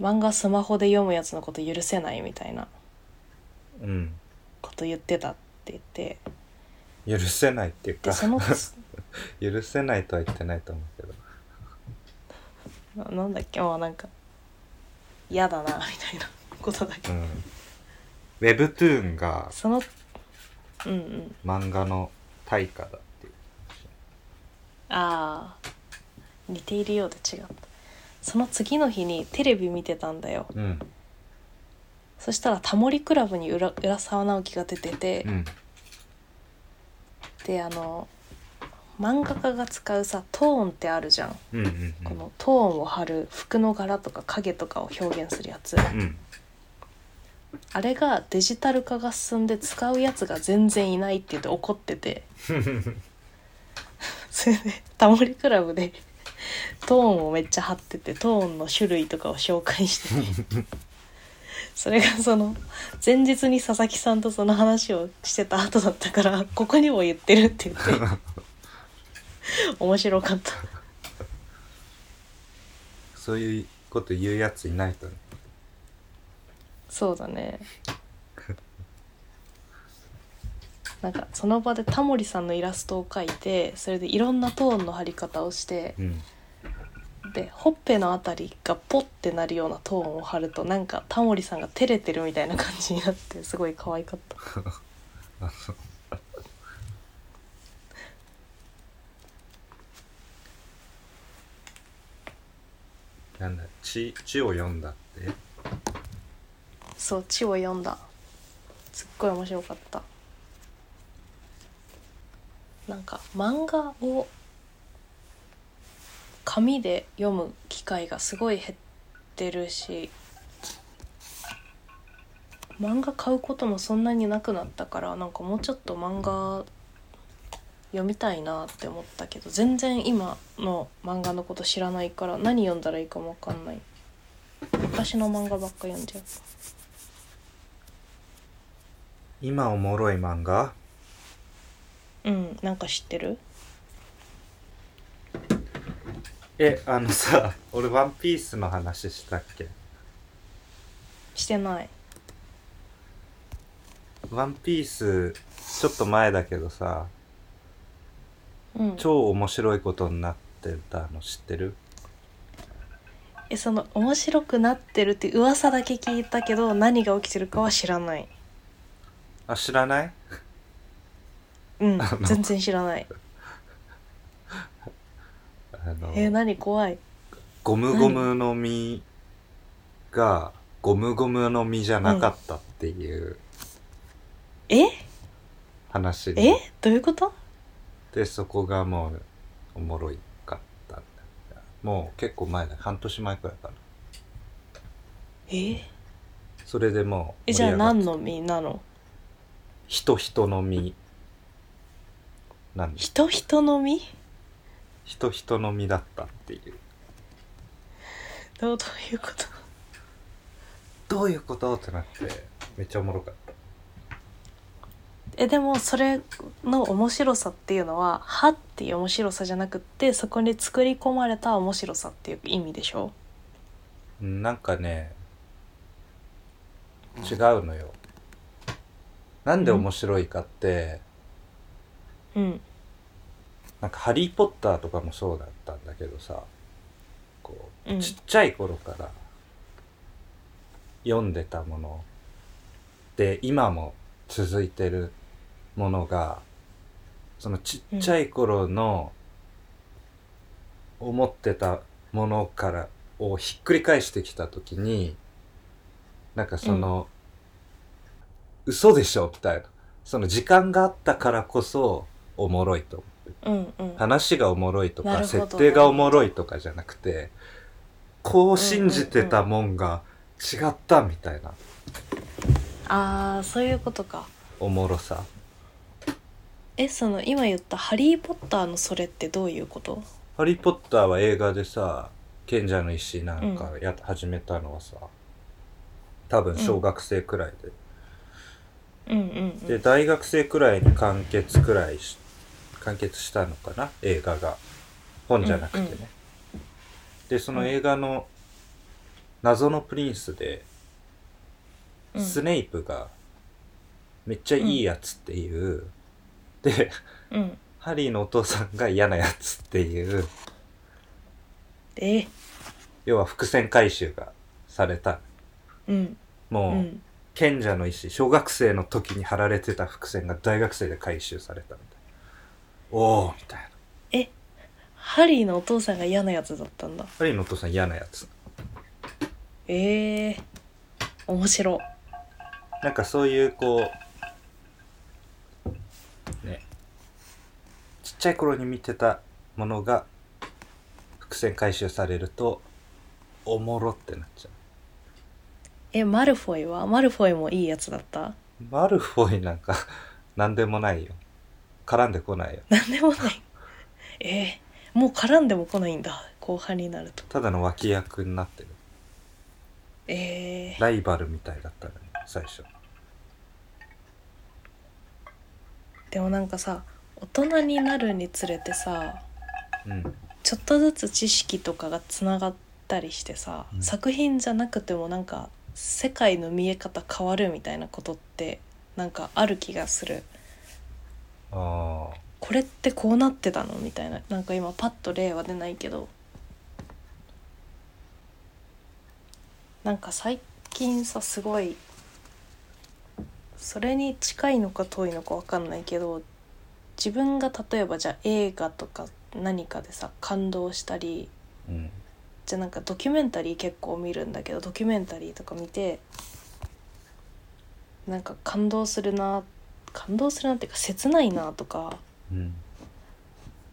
[SPEAKER 1] 漫画スマホで読むやつのこと許せないみたいな
[SPEAKER 2] うん
[SPEAKER 1] こと言ってたって言って
[SPEAKER 2] 許せないっていう
[SPEAKER 1] で
[SPEAKER 2] か
[SPEAKER 1] その
[SPEAKER 2] 許せないとは言ってないと思うけ
[SPEAKER 1] な
[SPEAKER 2] ど
[SPEAKER 1] なんだっけまあなんか嫌だなみたいなことだけ
[SPEAKER 2] う
[SPEAKER 1] ど
[SPEAKER 2] ん Webtoon が
[SPEAKER 1] そのうんうん
[SPEAKER 2] 漫画の対価だっていう
[SPEAKER 1] ああ似ているようで違ったその次の日にテレビ見てたんだよ
[SPEAKER 2] うん
[SPEAKER 1] そしたら「タモリクラブ」に浦浦沢直樹が出てて、
[SPEAKER 2] うん
[SPEAKER 1] であの漫画家が使うさトーンってあるじゃん
[SPEAKER 2] うんうん
[SPEAKER 1] このトーンを貼る服の柄とか影とかを表現するやつ
[SPEAKER 2] うん
[SPEAKER 1] あれがデジタル化が進んで使うやつが全然いないって言って怒っててそれでタモリクラブでトーンをめっちゃ貼っててトーンの種類とかを紹介しててそれがその前日に佐々木さんとその話をしてた後だったからここにも言ってるって言って面白かった
[SPEAKER 2] そういうこと言うやついないとね
[SPEAKER 1] そうだねなんかその場でタモリさんのイラストを描いてそれでいろんなトーンの貼り方をして
[SPEAKER 2] うん
[SPEAKER 1] でほっぺのあたりがポッてなるようなトーンを貼るとなんかタモリさんが照れてるみたいな感じになってすごい可愛かった
[SPEAKER 2] なんだ血血を読んだって
[SPEAKER 1] そう「地」を読んだすっごい面白かったなんか漫画を紙で読む機会がすごい減ってるし漫画買うこともそんなになくなったからなんかもうちょっと漫画読みたいなって思ったけど全然今の漫画のこと知らないから何読んだらいいかも分かんない昔の漫画ばっか読んじゃう
[SPEAKER 2] 今おもろい漫画
[SPEAKER 1] うんなんか知ってる
[SPEAKER 2] えあのさ 俺ワンピースの話したっけ
[SPEAKER 1] してない
[SPEAKER 2] ワンピースちょっと前だけどさ
[SPEAKER 1] うん
[SPEAKER 2] 超面白いことになってたの知ってる
[SPEAKER 1] えその面白くなってるって噂だけ聞いたけど何が起きてるかは知らない
[SPEAKER 2] あ知らない
[SPEAKER 1] うん
[SPEAKER 2] あの
[SPEAKER 1] 全然知らない
[SPEAKER 2] あの
[SPEAKER 1] えー、何怖い
[SPEAKER 2] ゴムゴムの実がゴムゴムの実じゃなかったっていう
[SPEAKER 1] え
[SPEAKER 2] 話で,、
[SPEAKER 1] えどういうこと
[SPEAKER 2] でそこがもうおもろいかったんだもう結構前だ半年前くらいかな
[SPEAKER 1] え
[SPEAKER 2] それでもう
[SPEAKER 1] えじゃあ
[SPEAKER 2] 盛り上がっ
[SPEAKER 1] 何の実なの
[SPEAKER 2] 人人の実なんです
[SPEAKER 1] 人人の実
[SPEAKER 2] 人人の実だったっていう
[SPEAKER 1] どうどういうこと
[SPEAKER 2] どういうことってなってめっちゃおもろかった
[SPEAKER 1] えでもそれの面白さっていうのは「は」っていう面白さじゃなくってそこに作り込まれた面白さっていう意味でしょ
[SPEAKER 2] うんなんかね違うのよなんで面白いかって、
[SPEAKER 1] うん
[SPEAKER 2] なんか「ハリー・ポッター」とかもそうだったんだけどさこ
[SPEAKER 1] うん
[SPEAKER 2] うちっちゃい頃から読んでたもので今も続いてるものがそのちっちゃい頃の思ってたものからをひっくり返してきた時になんかその、嘘でしょみたいなその時間があったからこそおもろいと思って
[SPEAKER 1] うんうん
[SPEAKER 2] 話がおもろいと
[SPEAKER 1] な
[SPEAKER 2] か
[SPEAKER 1] るほど
[SPEAKER 2] 設定がおもろいとかじゃなくてこう信じてたもんが違ったみたいな
[SPEAKER 1] あーそういうことか
[SPEAKER 2] おもろさ
[SPEAKER 1] えその今言った「ハリー・ポッター」のそれってどういうこと
[SPEAKER 2] 「ハリー・ポッター」は映画でさ賢者の石なんかや、始めたのはさ多分小学生くらいで、
[SPEAKER 1] うんうんう
[SPEAKER 2] で
[SPEAKER 1] ん
[SPEAKER 2] 大学生くらいに完結くらいし完結したのかな映画が本じゃなくてね、
[SPEAKER 1] うんうん
[SPEAKER 2] でその映画の「謎のプリンス」で、
[SPEAKER 1] うん
[SPEAKER 2] スネイプがめっちゃいいやつっていう、で
[SPEAKER 1] うん
[SPEAKER 2] ハリーのお父さんが嫌なやつっていう
[SPEAKER 1] え
[SPEAKER 2] 要は伏線回収がされた
[SPEAKER 1] うんう
[SPEAKER 2] もう、
[SPEAKER 1] ん
[SPEAKER 2] 賢者の石小学生の時に貼られてた伏線が大学生で回収されたみたいなおおみたいな
[SPEAKER 1] ハリーのお父さんが嫌なやつだったんだ
[SPEAKER 2] ハリーのお父さん嫌なやつ
[SPEAKER 1] ええ面白
[SPEAKER 2] なんかそういうこうねちっちゃい頃に見てたものが伏線回収されるとおもろってなっちゃ
[SPEAKER 1] えマルフォイはマルフォイもいいやつだった
[SPEAKER 2] うマルフォイなんか 何でもないよ絡んでこないよ
[SPEAKER 1] なんでもないええもう絡んでも来ないんだ後半になると
[SPEAKER 2] ただの脇役になってる
[SPEAKER 1] ええ
[SPEAKER 2] ライバルみたいだったのに最初
[SPEAKER 1] でもなんかさ大人になるにつれてさ
[SPEAKER 2] うん
[SPEAKER 1] ちょっとずつ知識とかがつながったりしてさ、
[SPEAKER 2] うん
[SPEAKER 1] 作品じゃなくてもなんか世界の見え方変わるみたいなことってなんかある気がする
[SPEAKER 2] ああ
[SPEAKER 1] これってこうなってたのみたいななんか今パッと例は出ないけどなんか最近さすごいそれに近いのか遠いのか分かんないけど自分が例えばじゃあ映画とか何かでさ感動したり
[SPEAKER 2] うん
[SPEAKER 1] じゃあなんかドキュメンタリー結構見るんだけどドキュメンタリーとか見てなんか感動するな感動するなっていうか切ないなとか
[SPEAKER 2] うん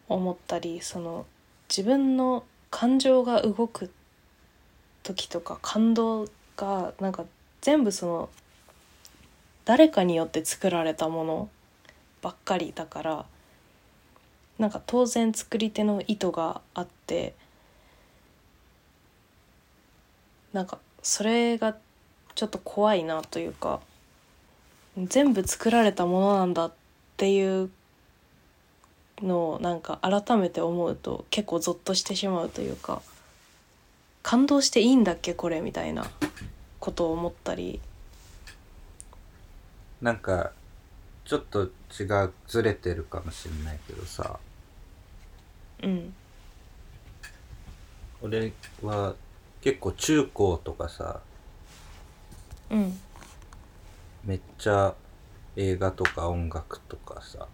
[SPEAKER 1] 思ったりその自分の感情が動く時とか感動がなんか全部その誰かによって作られたものばっかりだからなんか当然作り手の意図があってなんかそれがちょっと怖いなというか全部作られたものなんだっていうのをなんか改めて思うと結構ゾッとしてしまうというか感動していいんだっけこれみたいなことを思ったり
[SPEAKER 2] なんかちょっと違うずれてるかもしれないけどさ
[SPEAKER 1] うん
[SPEAKER 2] 俺は結構中高とかさ
[SPEAKER 1] うん
[SPEAKER 2] めっちゃ映画とか音楽とかさ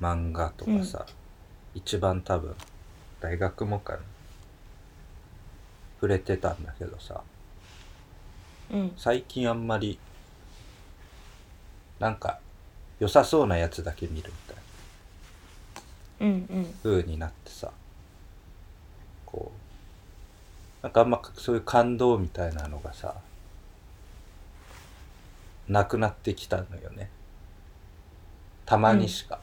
[SPEAKER 2] 漫画とかさ、一番多分大学もかな触れてたんだけどさ
[SPEAKER 1] うん
[SPEAKER 2] 最近あんまりなんか良さそうなやつだけ見るみたいな
[SPEAKER 1] うんうん
[SPEAKER 2] 風になってさこうなんかあんまそういう感動みたいなのがさなくなってきたのよねたまにしか、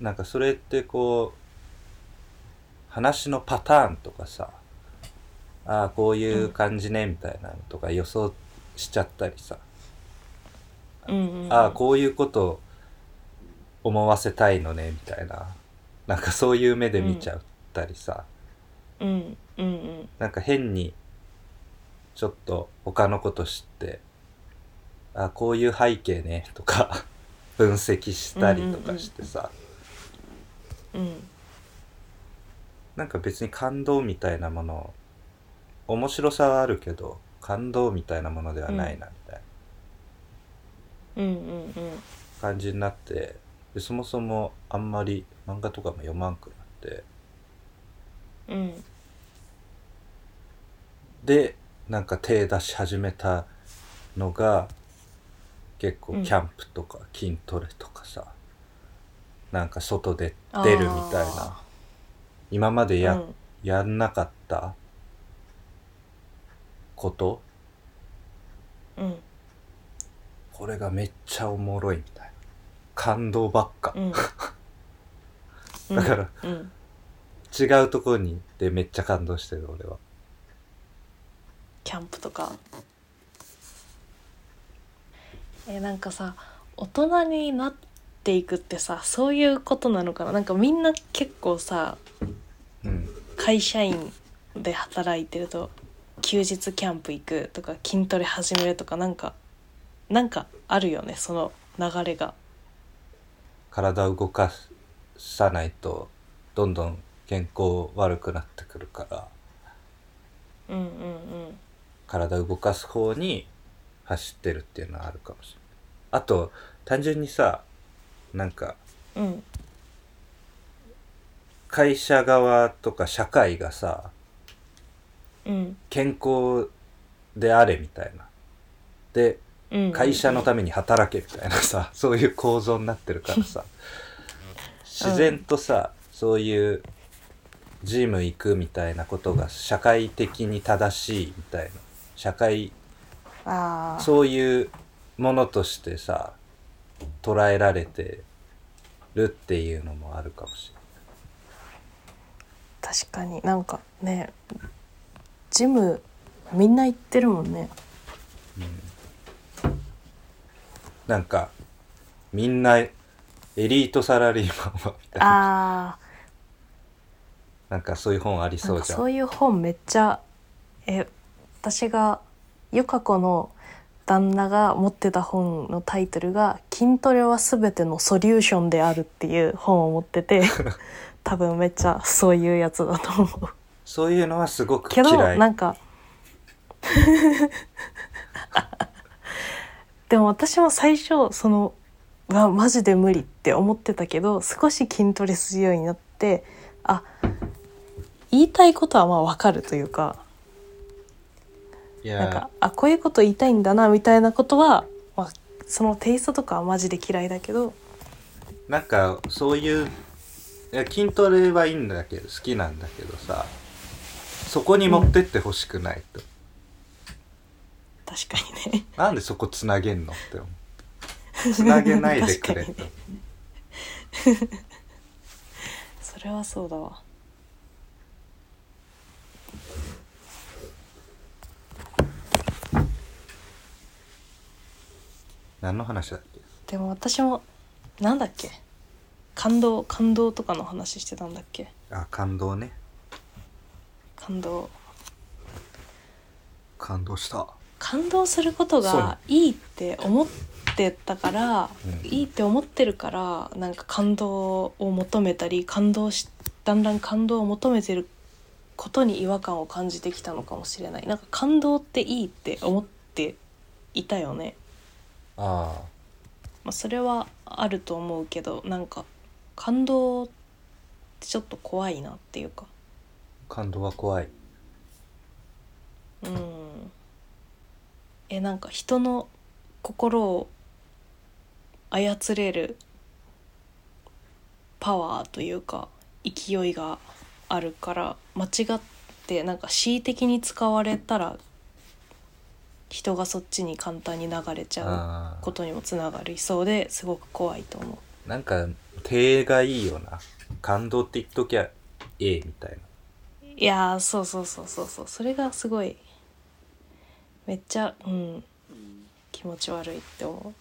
[SPEAKER 2] なんかそれってこう話のパターンとかさああこういう感じねみたいなのとか予想しちゃったりさ、
[SPEAKER 1] うんうん
[SPEAKER 2] ああこういうことを思わせたいのねみたいななんかそういう目で見ちゃったりさ、
[SPEAKER 1] うんうんうん
[SPEAKER 2] なんか変にちょっと他のこと知ってああこういう背景ねとか 分析したりとかしてさ、
[SPEAKER 1] うん
[SPEAKER 2] なんか別に感動みたいなもの面白さはあるけど感動みたいなものではないなみたいな
[SPEAKER 1] うんうんうん
[SPEAKER 2] 感じになってでそもそもあんまり漫画とかも読まんくなって。
[SPEAKER 1] うん
[SPEAKER 2] でなんか手出し始めたのが結構
[SPEAKER 1] うん
[SPEAKER 2] キャンプとか筋トレとかさ、なんか外で
[SPEAKER 1] あー
[SPEAKER 2] 出るみたいな今までや,、
[SPEAKER 1] うん
[SPEAKER 2] やんなかったこと
[SPEAKER 1] うん
[SPEAKER 2] これがめっちゃおもろいみたいな感動ばっか、
[SPEAKER 1] うん
[SPEAKER 2] だから
[SPEAKER 1] うん
[SPEAKER 2] 違うところにでめっちゃ感動してる俺は
[SPEAKER 1] キャンプとかえなんかさ大人になっていくってさそういうことなのかななんかみんな結構さ
[SPEAKER 2] うん
[SPEAKER 1] 会社員で働いてると休日キャンプ行くとか筋トレ始めるとかなんかなんかあるよねその流れが
[SPEAKER 2] 体を動かさないとどんどん健康悪くなってくるから
[SPEAKER 1] うんうん
[SPEAKER 2] 体を動かす方に走ってるっていうのはあるかもしれないあと単純にさなんか
[SPEAKER 1] うんうん
[SPEAKER 2] 会社側とか社会がさ
[SPEAKER 1] うん
[SPEAKER 2] 健康であれみたいなで
[SPEAKER 1] うん
[SPEAKER 2] 会社のために働けみたいなさ そういう構造になってるからさ自然とさそういうジム行くみたいなことが社会的に正しいみたいな社会
[SPEAKER 1] ああ
[SPEAKER 2] そういうものとしてさ捉えられてるっていうのもあるかもし
[SPEAKER 1] 確かになんかねジムみんな行ってるもんね
[SPEAKER 2] れないなんかみんなエリートサラリーマンはみたいな
[SPEAKER 1] あ
[SPEAKER 2] なんかそういう本あり
[SPEAKER 1] あな
[SPEAKER 2] そ
[SPEAKER 1] ん
[SPEAKER 2] う
[SPEAKER 1] か
[SPEAKER 2] じゃん
[SPEAKER 1] そういう本めっちゃえ私が由香子の旦那が持ってた本のタイトルが「筋トレは全てのソリューションである」っていう本を持って て多分めっちゃそういうやつだと思う
[SPEAKER 2] そういうのはすごく
[SPEAKER 1] けど
[SPEAKER 2] 嫌い
[SPEAKER 1] なんか でも私も最初そのうわマジで無理って思ってたけど少し筋トレするようになってあ言いたいことはまあわかるというか
[SPEAKER 2] いや
[SPEAKER 1] なんかあこういうこと言いたいんだなみたいなことは、まあ、そのテイストとかはマジで嫌いだけど
[SPEAKER 2] なんかそういういや筋トレはいいんだけど好きなんだけどさそこに持ってってほしくないと、
[SPEAKER 1] 確かにね
[SPEAKER 2] なんでそこつなげんのって思うつなげないでくれ
[SPEAKER 1] 確か
[SPEAKER 2] と
[SPEAKER 1] にねそれはそうだわ
[SPEAKER 2] 何の話だっけ
[SPEAKER 1] でも私もなんだっけ感動感動とかの話してたんだっけ
[SPEAKER 3] あ感動ね
[SPEAKER 1] 感動
[SPEAKER 3] 感動した
[SPEAKER 1] 感動することがいいって思ってたから、
[SPEAKER 3] うん
[SPEAKER 1] いいって思ってるからなんか感動を求めたり感動しだんだん感動を求めてることに違和感を感じてきたのかもしれないなんか感動っていいって思っていたよね、
[SPEAKER 3] あ
[SPEAKER 1] まあ、それはあると思うけどなんか感動ってちょっと怖いなっていうか
[SPEAKER 3] あ感動は怖い
[SPEAKER 1] うんえなんか人の心を操れるパワーというか勢いがあるから間違ってなんか恣意的に使われたら人がそっちに簡単に流れちゃ
[SPEAKER 3] あ
[SPEAKER 1] う
[SPEAKER 3] あ
[SPEAKER 1] ことにもつながりそうですごく怖いと思う。
[SPEAKER 3] なんか手がいいよな感動って言っときゃええみたいない
[SPEAKER 1] やーそうそうそうそうそうそれがすごいめっちゃうん気持ち悪いって思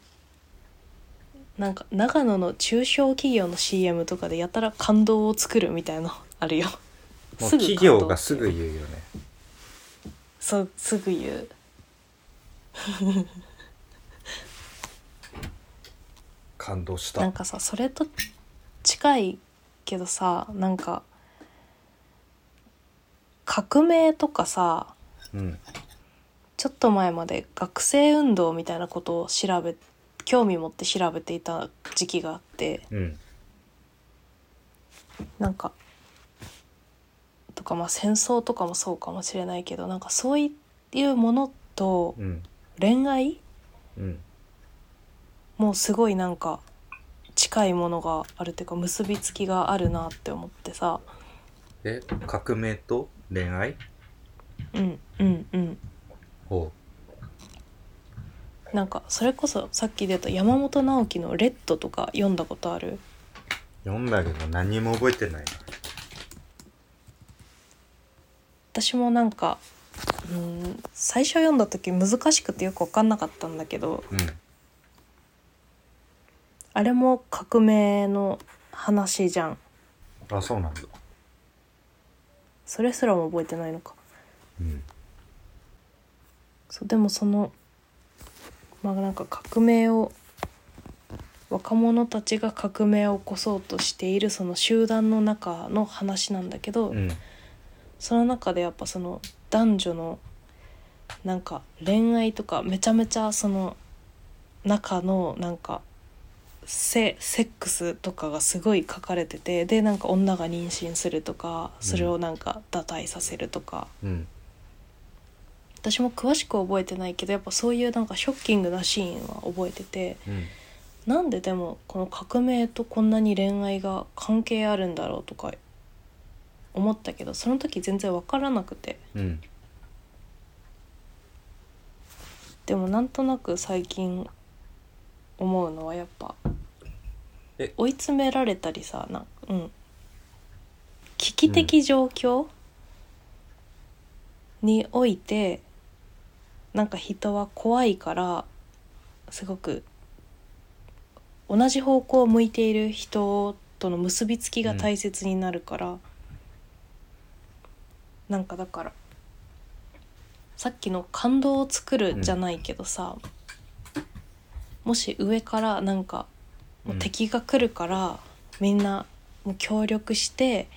[SPEAKER 1] うなんか長野の中小企業の CM とかでやたら感動を作るみたいな あるよ
[SPEAKER 3] もう
[SPEAKER 1] すぐ
[SPEAKER 3] 企
[SPEAKER 1] 感動
[SPEAKER 3] 業がすぐ言うよね
[SPEAKER 1] そうすぐ言う
[SPEAKER 3] 感動し
[SPEAKER 1] なん
[SPEAKER 3] た
[SPEAKER 1] かさそれと近いけどさなんか革命とかさ
[SPEAKER 3] うん
[SPEAKER 1] ちょっと前まで学生運動みたいなことを調べ興味持って調べていた時期があって
[SPEAKER 3] うん
[SPEAKER 1] なんかとかまあ戦争とかもそうかもしれないけどなんかそういうものと
[SPEAKER 3] うん
[SPEAKER 1] 恋愛
[SPEAKER 3] うん
[SPEAKER 1] もうすごいなんか近いものがあるっていうか結びつきがあるなって思ってさ
[SPEAKER 3] え革命と恋愛
[SPEAKER 1] うんうんうん
[SPEAKER 3] ほ
[SPEAKER 1] なんかそれこそさっき出た山本直樹の「レッド」とか読んだことある
[SPEAKER 3] う読んだけど何も覚えてないな
[SPEAKER 1] 私もなんかうん最初読んだ時難しくてよく分かんなかったんだけど
[SPEAKER 3] う
[SPEAKER 1] あれも革命の話じゃん
[SPEAKER 3] んあそうなんだ
[SPEAKER 1] それすらも覚えてないのか
[SPEAKER 3] うん
[SPEAKER 1] そうでもそのまあなんか革命を若者たちが革命を起こそうとしているその集団の中の話なんだけど、
[SPEAKER 3] うん
[SPEAKER 1] その中でやっぱその男女のなんか恋愛とかめちゃめちゃその中のなんかセセックスとかがすごい書かれててでなんか女が妊娠するとかそれをなんか堕退させるとか、
[SPEAKER 3] うん
[SPEAKER 1] 私も詳しく覚えてないけどやっぱそういうなんかショッキングなシーンは覚えてて
[SPEAKER 3] うん
[SPEAKER 1] なんででもこの革命とこんなに恋愛が関係あるんだろうとか思ったけどその時全然分からなくて。
[SPEAKER 3] うん
[SPEAKER 1] でもなんとなく最近思うのはやっぱ
[SPEAKER 3] え
[SPEAKER 1] 追い詰められたりさな、うん、危機的状況、においてなんか人は怖いからすごく同じ方向を向いている人との結びつきが大切になるから、なんかだからさっきの感動を作るじゃないけどさ、もし上からなんかもう敵が来るから、みんなもう協力して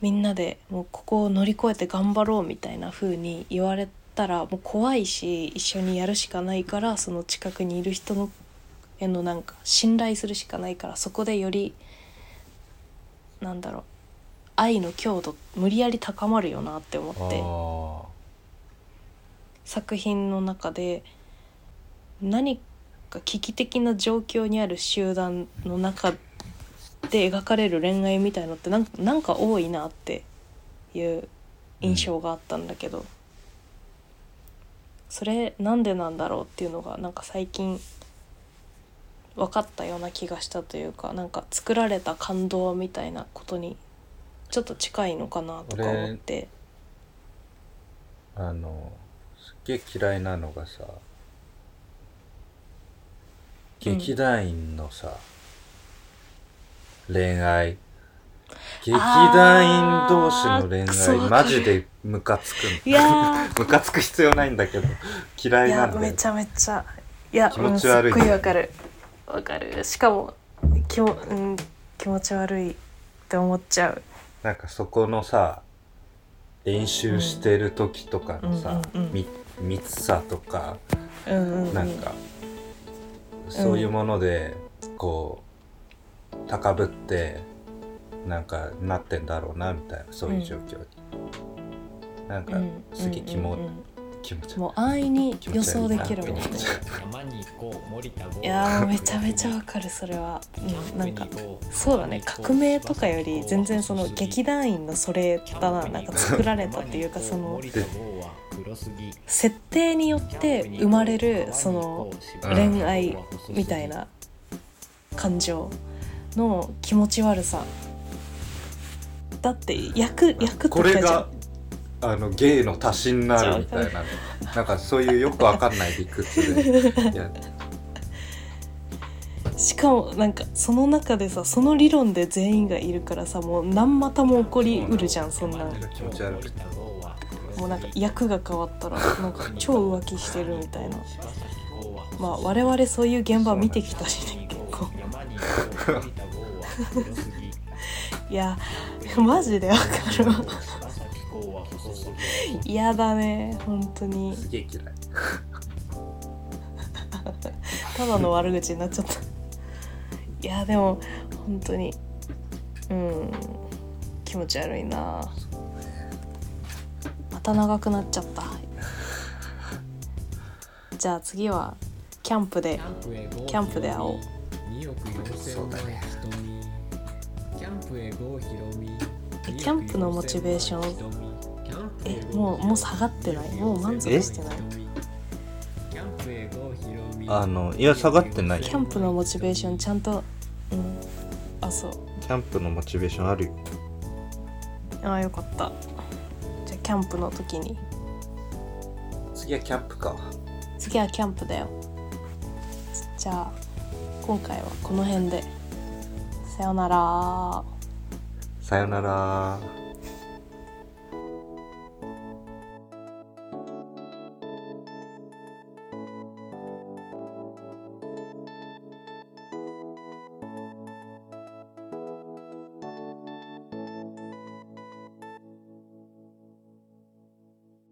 [SPEAKER 1] みんなでもうここを乗り越えて頑張ろうみたいな風に言われたらもう怖いし一緒にやるしかないからその近くにいる人のへのなんか信頼するしかないからそこでよりなんだろう愛の強度無理やり高まるよなって思
[SPEAKER 3] あ
[SPEAKER 1] って。作品の中で何か危機的な状況にある集団の中で描かれる恋愛みたいのってなんかなんか多いなっていう印象があったんだけど、それなんでなんだろうっていうのがなんか最近分かったような気がしたというかなんか作られた感動みたいなことにちょっと近いのかなとか思って。
[SPEAKER 3] ーあのすっげえ嫌いなのがさ劇団員のさ、
[SPEAKER 2] 恋愛劇団員同士の恋
[SPEAKER 1] あークソ
[SPEAKER 2] 愛
[SPEAKER 1] わか
[SPEAKER 2] マ
[SPEAKER 1] る
[SPEAKER 2] ジでムカつく
[SPEAKER 1] いや
[SPEAKER 2] ムカつく必要ないんだけど嫌
[SPEAKER 1] ーい
[SPEAKER 2] いな
[SPEAKER 1] や
[SPEAKER 2] んだ
[SPEAKER 1] め
[SPEAKER 2] よ
[SPEAKER 1] ちゃめちゃいや
[SPEAKER 2] 気持ち悪い
[SPEAKER 1] うんすっごいわかるわかるしかもきも、うん、気持ち悪いって思っちゃう
[SPEAKER 2] なんかそこのさ練習してる時とかのさ、
[SPEAKER 1] うんうんうん
[SPEAKER 2] み密さとか
[SPEAKER 1] うんうん、うん、
[SPEAKER 2] なんか、そういうものでこう高ぶってなんかなってんだろうなみたいなそういう状況に、なんか
[SPEAKER 1] うん
[SPEAKER 2] すげえ気持
[SPEAKER 1] うんうん
[SPEAKER 2] 気持ち
[SPEAKER 1] うん
[SPEAKER 2] 悪い
[SPEAKER 1] もう安易に
[SPEAKER 2] 気持ち悪いな
[SPEAKER 1] 予想できるもんね
[SPEAKER 4] 山に行こう森田剛
[SPEAKER 1] いやーめちゃめちゃわかるそれは、うん、なんかそうだね革命とかより全然その劇団員のそれだななんか作られたっていうかその設定によって生まれるその
[SPEAKER 2] うん
[SPEAKER 1] 恋愛みたいな感情の気持ち悪さだって役役
[SPEAKER 2] こと
[SPEAKER 1] かじ
[SPEAKER 2] れ
[SPEAKER 1] ゃん
[SPEAKER 2] があの芸の足しになるみたいななんかそういうよくわかんない理 屈でいや
[SPEAKER 1] しかもなんかその中でさその理論で全員がいるからさもう何股も起こりうるじゃんそんなん
[SPEAKER 2] 気持ち悪くて
[SPEAKER 1] もうなんか役が変わったらなんか超浮気してるみたいなまあ我々そういう現場見てきたしね結構いや マジでわかるわ嫌だね本当に
[SPEAKER 2] すげえ嫌い
[SPEAKER 1] ただの悪口になっちゃったい やでも本当にうん気持ち悪いなまた長くなっちゃったじゃあ次はキャンプでキャンプで会おう
[SPEAKER 4] 2億4000万瞳キャンプへ郷ひろみ
[SPEAKER 1] えキャンプのモチベーションえもうもう下がってないもう満足してない
[SPEAKER 2] あのいや下がってない
[SPEAKER 1] キャンプのモチベーションちゃんとうんあそう
[SPEAKER 2] キャンプのモチベーションあるよ
[SPEAKER 1] あよかったじゃあキャンプの時に
[SPEAKER 2] 次はキャンプか
[SPEAKER 1] 次はキャンプだよじゃあ今回はこの辺でさよなら
[SPEAKER 2] さよなら